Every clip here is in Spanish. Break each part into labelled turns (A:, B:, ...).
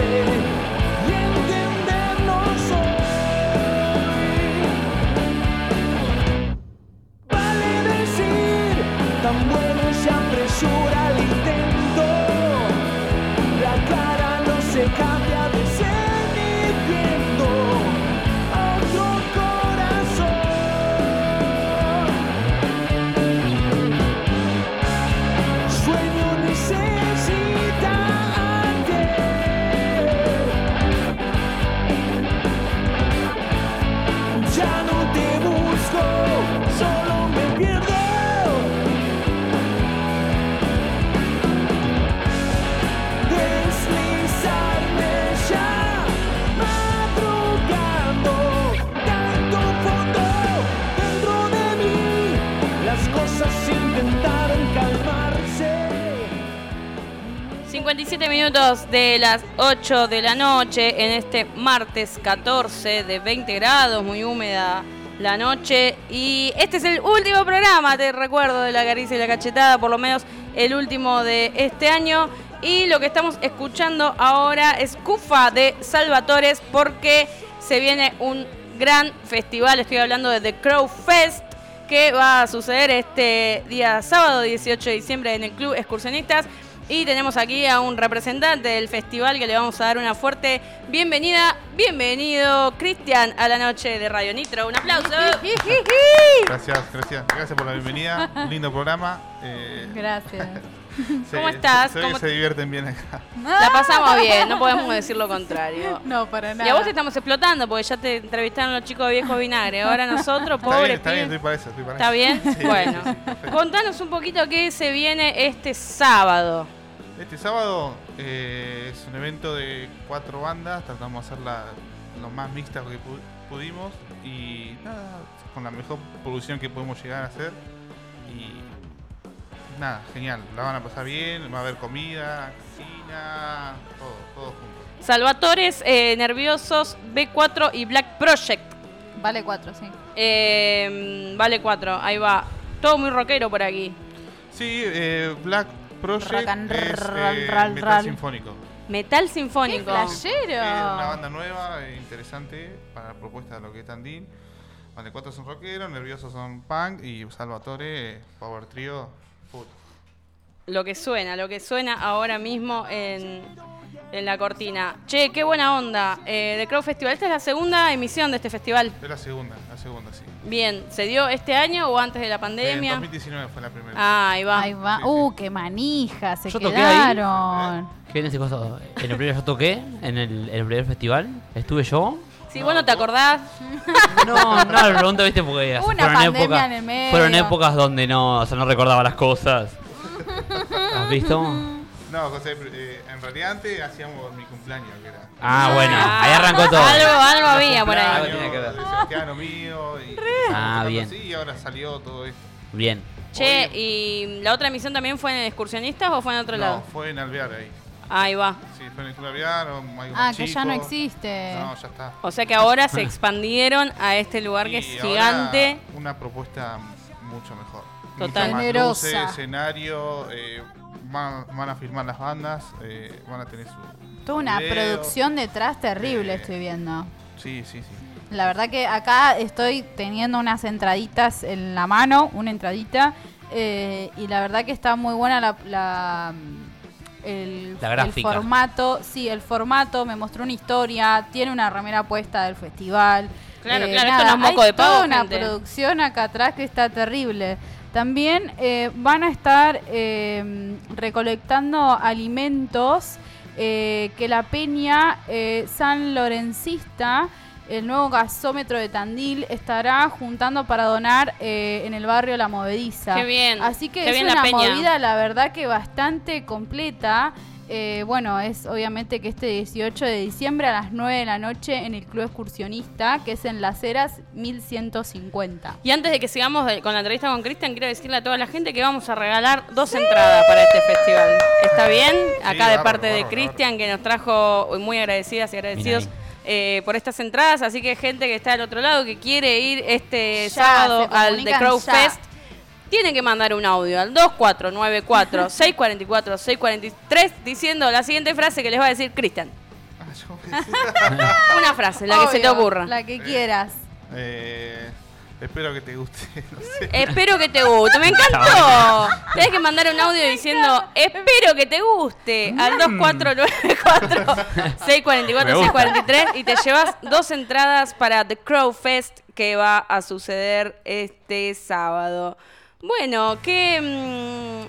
A: y entendernos hoy. Vale decir, tan bueno se apresura al intento, la cara no se cambia de ser ni viendo a otro corazón. Sueño necesita ayer. Ya no te busco, solo me pierdo. Deslizarme ya, madrugando, tanto fondo dentro de mí. Las cosas intentaron calmarse.
B: 57 minutos de las 8 de la noche en este martes 14 de 20 grados, muy húmeda la noche. Y este es el último programa, te recuerdo, de la caricia y la cachetada, por lo menos el último de este año. Y lo que estamos escuchando ahora es Cufa de Salvatores porque se viene un gran festival, estoy hablando de The Crow Fest que va a suceder este día sábado 18 de diciembre en el Club Excursionistas. Y tenemos aquí a un representante del festival que le vamos a dar una fuerte bienvenida. Bienvenido, Cristian, a la noche de Radio Nitro. Un aplauso.
C: Gracias, gracias. Gracias por la bienvenida. Un lindo programa. Eh,
D: Gracias.
C: se-
B: ¿Cómo estás?
C: Se, se ve
B: ¿Cómo
C: que se divierten bien acá.
B: La pasamos bien, no podemos decir lo contrario.
D: No, para nada.
B: Y a vos te estamos explotando porque ya te entrevistaron los chicos de Viejo Vinagre. Ahora nosotros,
C: Está bien,
B: pobres
C: está bien,
B: pibes.
C: estoy para eso. Estoy para
B: ¿Está
C: eso.
B: bien?
C: Sí, sí,
B: bueno,
C: sí, sí, perfecto.
B: contanos un poquito qué se viene este sábado.
C: Este sábado eh, es un evento de cuatro bandas. Tratamos de hacerla lo más mixta que pu- pudimos. Y nada, con la mejor producción que podemos llegar a hacer. Y nada, genial. La van a pasar bien. Va a haber comida, cocina, todo, todo junto.
B: Salvatores, eh, Nerviosos, B4 y Black Project.
D: Vale cuatro, sí.
B: Eh, vale 4, ahí va. Todo muy rockero por aquí.
C: Sí, eh, Black Project
D: Rock and
C: es
D: roll,
C: eh,
D: roll,
C: metal
D: roll.
C: sinfónico.
B: Metal
D: ¡Qué
B: sinfónico.
C: Es una
D: flashero!
C: banda nueva, eh, interesante para la propuesta de lo que es Tandil. Vale, cuatro son rockeros, nerviosos son punk y Salvatore, eh, Power Trio, full.
B: Lo que suena, lo que suena ahora mismo en, en la cortina. Che, qué buena onda. Eh, The Crow Festival, esta es la segunda emisión de este festival.
C: Es la segunda, la segunda, sí.
B: Bien, ¿se dio este año o antes de la
C: En
B: pandemia?
C: 2019 fue la primera.
B: Ah, ahí va.
D: Ahí va.
C: Sí,
D: ¡Uh, qué manija! Se
E: Yo toqué ahí.
D: quedaron.
C: Eh,
E: ¿Qué bien ese coso? En el primer yo toqué, en el, en el primer festival, estuve yo.
B: Si vos no te acordás,
E: No, no, lo pregunto, viste, porque
D: Una pandemia en el medio.
E: fueron épocas donde no, o sea, no recordaba las cosas. ¿Has visto?
C: No, José, eh, en realidad antes hacíamos mi cumpleaños, que era.
E: Ah, bueno, ahí arrancó todo.
B: algo, algo había por
E: Algo
B: ahí.
E: Cumpleaños. tiene Ah, que ver.
C: de Sebastiano mío. Y,
E: Ah, bien.
C: Sí, y ahora salió todo esto.
E: Bien.
B: Che, ¿y la otra emisión también fue en Excursionistas o fue en otro
C: No,
B: lado?
C: fue en Alvear ahí.
B: Ahí va.
C: Sí, fue en el Club Alvear. o hay
D: Ah,
C: unos
D: que ya no
C: chicos.
B: Eh,
D: existe.
C: No, ya está.
B: O sea que ahora se expandieron a este lugar que es
C: Y ahora
B: gigante.
C: Una propuesta mucho mejor.
B: Total.
C: Mucho más
D: Generosa.
C: luces, escenario, eh, van, van a filmar las bandas, eh, van a tener su...
D: Toda una
C: video.
D: producción detrás terrible
C: Eh.
D: estoy viendo.
C: Sí, sí, sí.
D: La verdad que acá estoy teniendo unas entraditas en la mano, una entradita, eh, y la verdad que está muy buena la, la- mm, el,
E: La
D: el
E: gráfica.
D: formato. Sí, el formato me mostró una historia, tiene una remera puesta del festival. Eh,
B: Claro, claro, esto no es
D: hay
B: moco de pavo,
D: toda una
B: gente.
D: producción acá atrás que está terrible. También eh, van a estar eh, recolectando alimentos eh, que la peña eh, San Lorencista, el nuevo gasómetro de Tandil, estará juntando para donar eh, en el barrio La Movediza.
B: Qué bien,
D: Así que
B: qué
D: es
B: bien la
D: una
B: peña.
D: movida, la verdad que bastante completa. Eh, bueno, es obviamente que este 18 de diciembre a las 9 de la noche en el Club Excursionista, que es en Las Heras 1150.
B: Y antes de que sigamos eh, con la entrevista con Cristian, quiero decirle a toda la gente que vamos a regalar dos entradas para este festival. ¿Está bien? Acá de
C: bárbaro,
B: parte de
C: bárbaro,
B: Cristian, que nos trajo eh, muy agradecidas y agradecidos.
E: Mira
B: eh, por estas entradas, así que gente que está del otro lado que quiere ir este
D: Ya,
B: sábado
D: se
B: al The
D: comunican
B: Crow
D: ya.
B: Fest, tienen que mandar un audio al 2494 644 643 diciendo la siguiente frase que les va a decir Cristian.
C: Ah, yo voy a decir.
B: Una frase, la que se te
D: Obvio,
B: ocurra.
D: La que quieras.
C: Eh, espero que te guste. No sé.
B: Espero que te guste. Me encantó. Tienes que mandar un audio diciendo, espero que te guste.
E: Mm.
B: Al 2494-644-643 y te llevas dos entradas para The Crow Fest que va a suceder este sábado. Bueno, que...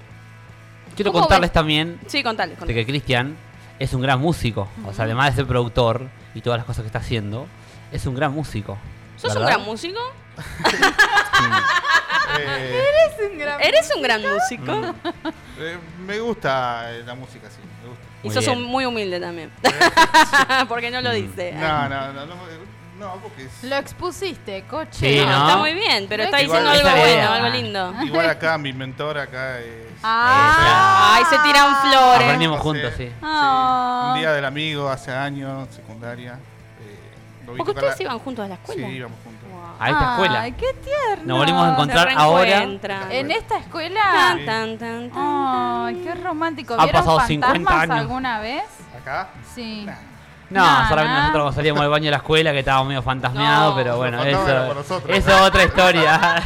B: mm,
E: Quiero
B: ¿Cómo
E: contarles
B: ves?
E: también
B: Sí, contale.
E: de
B: contale.
E: que Cristian es un gran músico. O sea, además de ser productor y todas las cosas que está haciendo, es un gran músico.
B: ¿Sos un
E: ¿verdad?
B: gran músico?
C: Eh,
B: ¿Eres un gran
E: Mm.
B: músico?
C: eh, me gusta eh, la música, sí. Me gusta.
B: Y
E: Muy
B: sos
E: bien.
B: un- muy humilde también. Porque no lo dice.
E: Mm.
C: No, no, no. No, no, porque es-
D: Lo expusiste, coche.
E: Sí, ¿no?
B: Está muy bien, pero está
D: Igual
B: diciendo algo
E: esa
B: bueno,
E: idea.
B: algo lindo.
C: igual acá mi mentor acá es...
E: Eh,
D: Ah.
B: Ay, se tiran flores.
E: Aprendimos
C: No sé,
E: juntos, sí.
D: Ah.
C: Un día del amigo, hace años, secundaria. eh, lo vi
B: Porque
C: tocar la-
B: ustedes iban juntos a la escuela.
C: Sí, íbamos juntos.
E: A
B: Ah,
E: esta escuela.
D: Ay, qué tierno.
E: Nos volvimos a
B: Se
E: encontrar ahora.
B: reencuentran.
C: ahora.
D: ¿En esta escuela?
B: Tan, tan, tan, tan.
D: Ay, qué romántico.
E: Han
D: ¿Vieron
E: pasado
D: fantasmas
E: 50 años.
D: alguna vez?
C: ¿Acá?
D: Sí.
C: Nah.
E: No,
D: Nah,
E: solamente
D: nah.
E: nosotros cuando salíamos del baño de la escuela que estábamos medio fantasmeados,
B: No.
E: pero bueno,
C: Los fantasmas eran
E: eso,
C: para nosotros,
E: eso
C: ¿no?
E: es otra historia.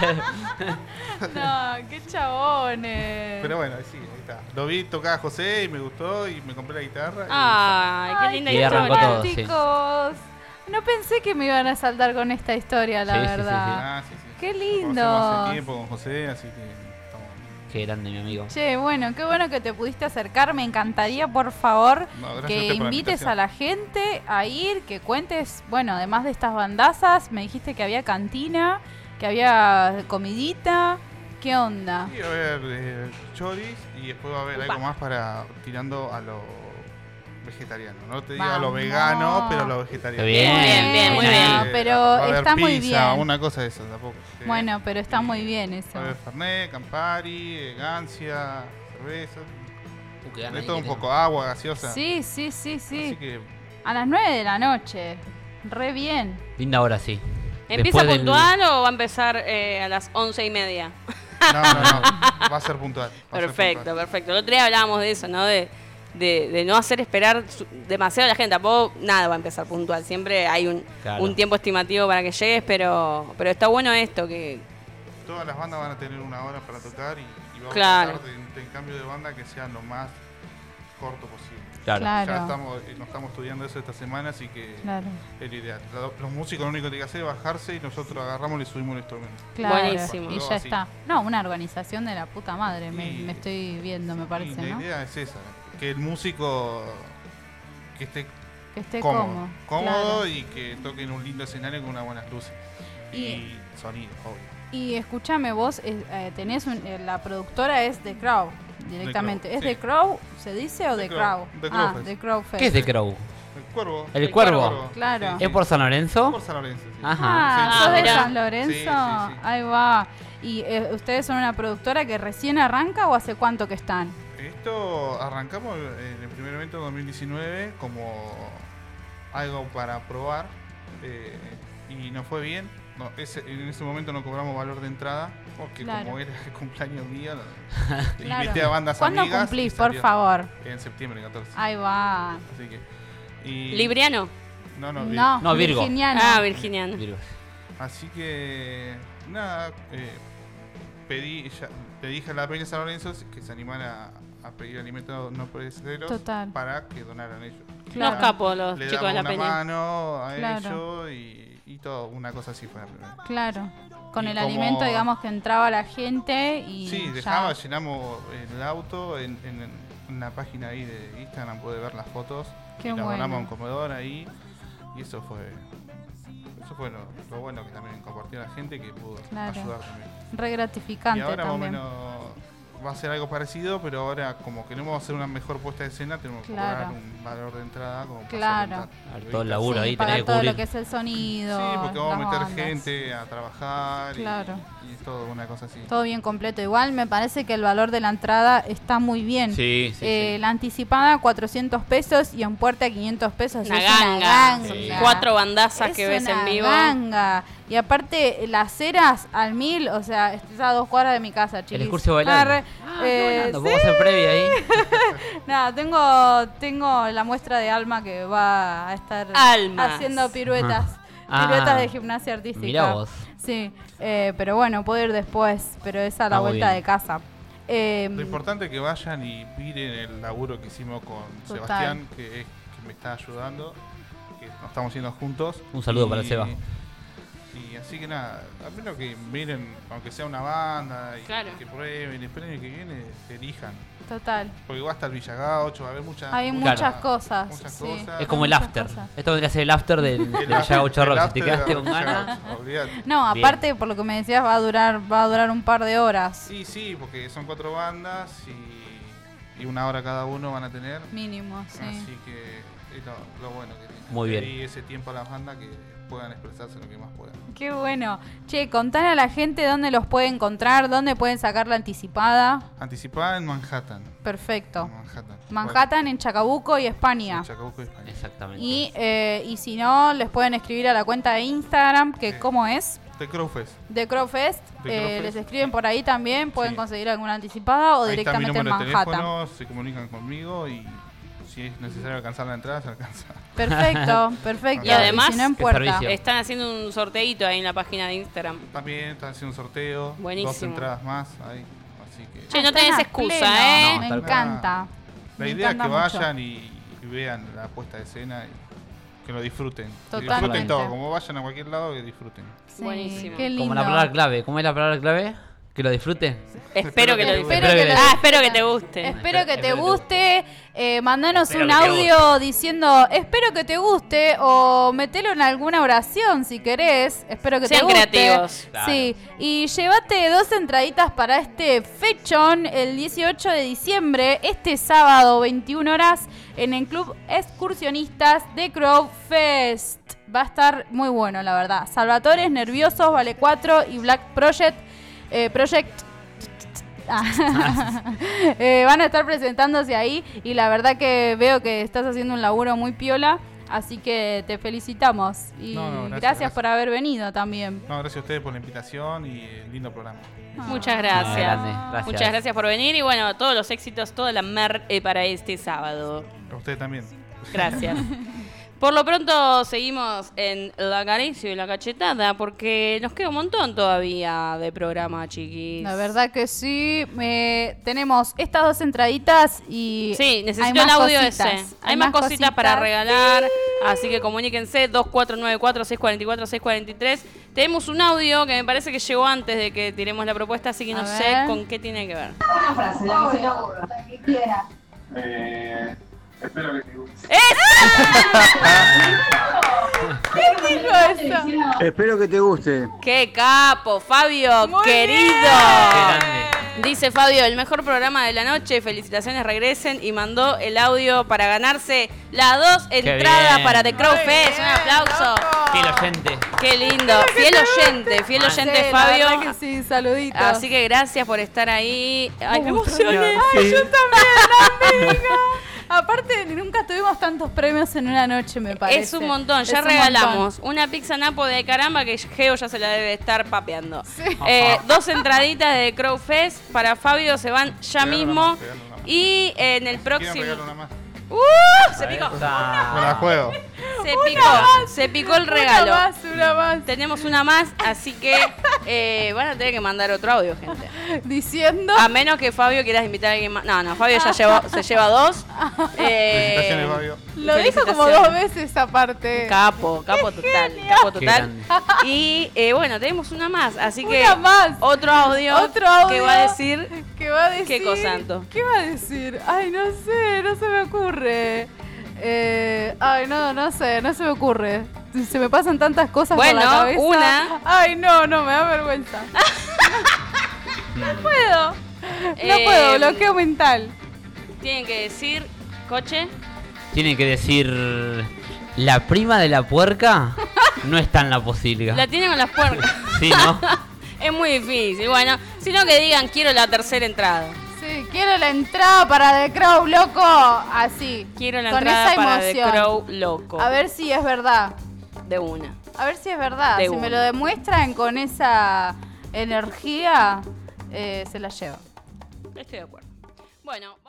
D: No, qué chabones.
C: Pero bueno, ahí sí, ahí está. Lo vi tocar a José y me gustó y me compré la guitarra. y-
D: Ah.
B: Ay, qué
D: Ay,
B: linda
E: Y
D: qué
E: arrancó
B: historia.
E: todo. sí.
D: románticos. No pensé que me iban a saltar con esta historia, la
E: Sí, sí, sí,
D: verdad.
C: Ah, sí, sí.
D: Qué
C: Nos
D: lindo.
C: conocemos Hace tiempo con José, así que estamos-
E: Qué grande, mi amigo.
D: Che, bueno, qué bueno que te pudiste acercar. Me encantaría, por favor,
C: No, gracias a usted
D: que
C: por la
D: invites
C: invitación.
D: a la gente a ir, que cuentes, bueno, además de estas bandazas, me dijiste que había cantina, que había comidita. ¿Qué onda?
C: Sí, va a haber eh, choris y después va a haber
B: Upa.
C: algo más para tirando a lo vegetariano. No te digo a lo
D: Vamos.
C: vegano, pero a lo vegetariano. Eh,
E: Está bien, Muy bien, bien, muy bien.
D: Bueno, pero
C: va a haber
D: está muy
C: pizza,
D: bien.
C: Una cosa de esas tampoco. sí.
D: Bueno, pero está muy bien eso.
C: Va a haber Fernet, Campari, eh, Gancia, cerveza. De todo un poco, agua, gaseosa.
D: Sí, sí, sí,
C: Así
D: sí.
C: que
D: A las 9 de la noche. Re bien.
E: Linda hora, sí.
B: ¿Empieza
E: Después del-
B: puntual o va a empezar eh, a las once y media?
C: No, no, no. Va a ser puntual. va a ser
B: Perfecto,
C: puntual.
B: perfecto. El otro día hablábamos de eso, ¿no? De, de, de no hacer esperar su- demasiado a la gente. Tampoco nada va a empezar puntual. Siempre hay un,
E: Claro.
B: un tiempo estimativo para que llegues, pero, pero está bueno esto, que
C: Todas las bandas van a tener una hora para tocar y, y vamos
B: Claro.
C: a tratar de, de cambio de banda que sea lo más corto posible.
E: Claro.
D: Claro.
C: Ya estamos, eh, nos estamos estudiando eso esta semana, así que
D: Ah, Claro.
C: es lo ideal. Lo- Los músicos lo único que tienen que hacer es bajarse y nosotros agarramos y le subimos el instrumento.
D: Claro.
B: Buenísimo.
D: Y
C: Todo
D: ya
C: así.
D: está. No, una organización de la puta madre. Me,
C: Y-
D: me estoy viendo, me
C: y
D: parece,
C: la
D: ¿no?
C: idea es esa, que el músico que esté
D: Que esté
C: cómodo,
D: cómodo.
C: cómodo
D: claro.
C: y que toque en un lindo escenario con unas buenas luces y,
D: Y-
C: sonido, obvio.
D: Y escúchame, vos eh, eh, tenés un- eh, la productora es The Crow directamente.
C: Crow,
D: ¿Es
C: sí.
D: The Crow? ¿Se dice o
C: The
D: The,
C: Crow,
D: Crow?
C: The Crow
D: Ah,
C: Fest.
D: The Crow Fest.
E: ¿Qué es de Crow?
C: El cuervo.
E: El cuervo.
D: Claro.
C: sí, sí.
E: ¿Es por San Lorenzo?
C: Por San Lorenzo, sí.
E: Ajá.
D: Ah,
B: Sí,
D: ¿sos de
B: mirá.
D: San Lorenzo?
C: Sí, sí, sí.
D: Ahí va. ¿Y eh, ustedes son una productora que recién arranca o hace cuánto que están?
C: Esto arrancamos en el primer evento de 2019 como algo para probar eh, y nos fue bien. No, ese- en ese momento no cobramos valor de entrada porque
D: Claro.
C: como era el cumpleaños mío, no-
D: Claro.
C: invité a bandas
D: ¿Cuándo
C: amigas. y
D: cumplís, por
C: salió
D: favor? Ah.
C: En septiembre 14.
D: Ahí va.
C: Así que, y-
B: Libriano.
C: No, no, vi-
D: No,
E: No, Virgo.
D: virginiano.
B: Ah, virginiano.
E: Virgo.
C: Así que, nada, eh, pedí, ya- le dije a la Peña San Lorenzo que se animara a pedir alimentos no perecederos
D: Total.
C: para que donaran ellos.
D: Claro.
B: Los capos, los
C: Le
B: chicos
C: damos
B: de la
C: una
B: peña.
C: mano a
D: Claro.
C: ellos y, y todo, una cosa así fue. la primera.
D: Claro. Con
C: Y
D: el
C: como-
D: alimento, digamos, que entraba la gente y.
C: Sí,
D: ya-
C: dejaba, llenamos el auto en, en- en una página ahí de Instagram, pude ver las fotos.
D: Qué
C: y las
D: bueno.
C: donamos a un comedor ahí y eso fue... Eso fue lo, lo bueno que también compartió la gente que pudo
D: Claro.
C: ayudar también.
D: Re gratificante
C: Y ahora
D: también.
C: más o menos va a ser algo parecido, pero ahora como queremos hacer una mejor puesta de escena, tenemos que
D: Claro.
C: cobrar un valor de entrada como para
D: Claro.
C: solventar.
E: Todo el laburo
D: Sí,
E: ahí,
D: pagar
E: tenés que
D: todo
E: cubrir.
D: lo que es el sonido.
C: Sí, porque vamos a
D: las
C: meter
D: bandas.
C: gente a trabajar y-
D: Claro.
C: y, todo, una cosa así.
D: Todo bien completo. Igual me parece que el valor de la entrada está muy bien.
E: Sí, sí,
D: Eh,
E: sí.
D: La anticipada 400 pesos y en puerta 500 pesos.
B: Una
D: es
B: ganga.
D: una ganga.
E: Sí.
B: Cuatro bandazas
D: Es
B: que ves
D: una
B: en vivo.
D: ganga. Y aparte, las ceras al mil, o sea, estás a dos cuadras de mi casa, chiquis.
E: excursio bailando. Ah,
D: Arre. Eh,
E: Ando,
D: sí,
E: ¿puedo hacer previa ahí?
D: nada, tengo, tengo la muestra de Alma que va a estar
B: Almas.
D: haciendo piruetas.
E: Ah.
D: Piruetas de gimnasia artística.
E: Mirá vos.
D: Sí, eh, pero bueno, puedo ir después, pero es a la
E: Ah, muy
D: vuelta
E: bien.
D: de casa. Eh,
C: Lo importante es que vayan y miren el laburo que hicimos con
D: Total.
C: Sebastián, que, es- que me está ayudando, que nos estamos yendo juntos.
E: Un saludo para el Seba.
C: Y así que nada, al menos que miren, aunque sea una banda, y
B: Claro.
C: que prueben, esperen el que viene, elijan.
D: total.
C: Porque va a estar Villa Gaucho, va a haber muchas,
D: Hay
E: muchas
D: cosas,
C: muchas
D: sí.
C: cosas.
E: Es como el
D: muchas
E: after.
D: cosas.
E: Esto vendría a ser el after del, del
C: after-
E: Yago Chorro.
C: el
E: Si te
C: after
E: quedaste
C: de
E: con
C: Villa
E: ganas.
C: Gaucho, olvídate.
D: No,
E: Bien.
D: aparte, por lo que me decías, va a durar, va a durar un par de horas
C: Sí, sí, porque son cuatro bandas y, y una hora cada uno van a tener.
D: mínimo, sí.
C: Así que es lo, lo bueno que tiene.
E: Muy bien.
C: Y ese tiempo a las bandas que puedan expresarse lo que más puedan.
D: Qué bueno. Che, contale a la gente dónde los puede encontrar, dónde pueden sacar la anticipada.
C: Anticipada en Manhattan.
D: Perfecto.
C: Manhattan.
D: Manhattan en Chacabuco y
C: Bueno,
D: España.
C: en Chacabuco, España.
E: Exactamente.
D: Y, eh, y si no, les pueden escribir a la cuenta de Instagram, que
C: Sí.
D: cómo es,
C: The Crowfest.
D: de Crowfest.
C: The
D: Eh,
C: Crowfest.
D: les escriben por ahí también, pueden
C: Sí.
D: conseguir alguna anticipada o
C: Ahí está mi
D: directamente en
C: número de
D: Manhattan.
C: teléfono, se comunican conmigo y si es necesario alcanzar la entrada, se alcanza.
D: Perfecto, perfecto.
C: Y
B: además,
D: si no en
E: qué
D: puerta.
E: servicio.
B: Están haciendo un sorteito ahí en la página de Instagram.
C: También están haciendo un sorteo. Dos
B: Buenísimo.
C: entradas más ahí. Así que.
B: Che, no
D: Están
B: tenés
D: a
B: excusa,
D: pleno.
B: ¿eh?
E: No,
D: me
E: tal cual.
D: encanta.
C: La
D: Me
C: idea es que
D: encanta mucho.
C: vayan y, y vean la puesta de escena y que lo disfruten. Que
D: Totalmente.
C: disfruten todo, como vayan a cualquier lado que disfruten.
D: Sí,
B: Buenísimo.
D: Qué lindo.
E: Como la palabra clave. ¿Cómo es la palabra clave? Que lo disfruten.
B: Espero que te guste.
C: Espero
E: que lo
B: Ah,
D: disfruten.
B: espero que te guste.
D: Espero que te
E: Espero que te
D: guste. Eh, mandanos
E: Espero
D: un
E: que te
D: audio diciendo espero que te guste o metelo en alguna oración si querés. Espero que
B: Sean
D: te guste.
B: creativos.
D: Sí. Y llévate dos entraditas para este fechón el 18 de diciembre, este sábado, 21 horas, en el Club Excursionistas de Crowfest. Va a estar muy bueno, la verdad. Salvatores, Nerviosos, Vale 4 y Black Project. eh, Project Ah. Eh, van a estar presentándose ahí y la verdad que veo que estás haciendo un laburo muy piola, así que te felicitamos y
C: No, no,
D: gracias,
C: gracias,
D: por haber venido también.
C: No, gracias a ustedes por la invitación y eh, lindo programa.
B: Muchas
E: Ah,
B: gracias.
E: grande. Gracias.
B: Muchas gracias por venir y bueno, todos los éxitos, toda la mer eh, para este sábado.
C: A ustedes también.
B: Gracias. Por lo pronto seguimos en la caricia y la cachetada porque nos queda un montón todavía de programa, chiquis.
D: La verdad que sí, eh, tenemos estas dos entraditas y
B: Sí,
D: hay
B: necesito
D: más
B: el audio ese.
D: cositas.
B: Hay, más, cositas, para regalar, así que comuníquense 2494-644-643. Tenemos un audio que me parece que llegó antes de que tiremos la propuesta, así que
D: A
B: no
D: ver.
B: sé con qué tiene que ver.
F: Eh, espero que te guste.
G: Espero que te guste.
B: ¡Qué capo, Fabio, querido! Ah. Dice Fabio, el mejor programa de la noche, felicitaciones, regresen y mandó el audio para ganarse las dos entradas
E: bien.
B: para The Crow Fest. Un aplauso.
E: Fiel oyente.
B: Qué lindo. Fiel oyente, fiel oyente Fabio.
D: que Ah, sí, saluditos.
B: Así que gracias por estar ahí. Ay, me
D: Uh,
B: emocioné.
D: Ay, yo también, amiga. Aparte, nunca tuvimos tantos premios en una noche, me parece.
B: Es un montón, ya
D: Es un
B: regalamos una pizza napo de caramba que Geo ya se la debe estar papeando. Eh, dos entraditas de Crow Fest para Fabio se van ya
C: Regalo
B: mismo.
C: una más, regalo una más.
B: y eh, en el
C: ¿Quieren
B: próximo.
C: regalar una más?
B: ¡Uh! Se picó.
C: Me la
E: Está.
C: juego.
B: Se picó. Se picó el
D: Una
B: regalo.
D: más, una más.
B: Tenemos una más, así que eh, van a tener que mandar otro audio, gente.
D: Diciendo.
B: A menos que Fabio quieras invitar a alguien más. No, no,
D: Ah.
B: Fabio ya llevó- se lleva dos. Eh,
C: Felicitaciones, Fabio.
D: Lo dijo como
B: felicitaciones.
D: dos veces aparte.
B: Capo, capo total, capo
E: Qué
B: total.
E: grande.
B: Y eh, bueno, tenemos una más, así que
D: Una más.
B: otro audio,
D: Otro audio.
B: que va a decir
D: ¿Qué va a decir?
B: ¿Qué cosa, Anto?
D: ¿Qué va a decir? Ay, no sé, no se me ocurre. Eh, ay, no, no sé, no se me ocurre. Se me pasan tantas cosas por
B: Bueno,
D: la cabeza.
B: una.
D: Ay, no, no, me da vergüenza. no puedo. No
B: Eh,
D: puedo, bloqueo mental.
B: tienen que decir coche.
E: Tiene que decir. La prima de la puerca no está en la posilga.
B: La tiene con las puercas.
E: Sí, ¿no?
B: Es muy difícil. Bueno, sino que digan quiero la tercera entrada.
D: Sí, quiero la entrada para The Crow, loco. Así.
B: Quiero la
D: Con
B: entrada
D: esa
B: para The
D: emoción.
B: Crow loco.
D: A ver si es verdad.
B: De una.
D: A ver si es verdad.
B: De
D: si
B: una.
D: me lo demuestran con esa energía, eh, se la lleva.
B: Estoy de acuerdo. Bueno. vamos-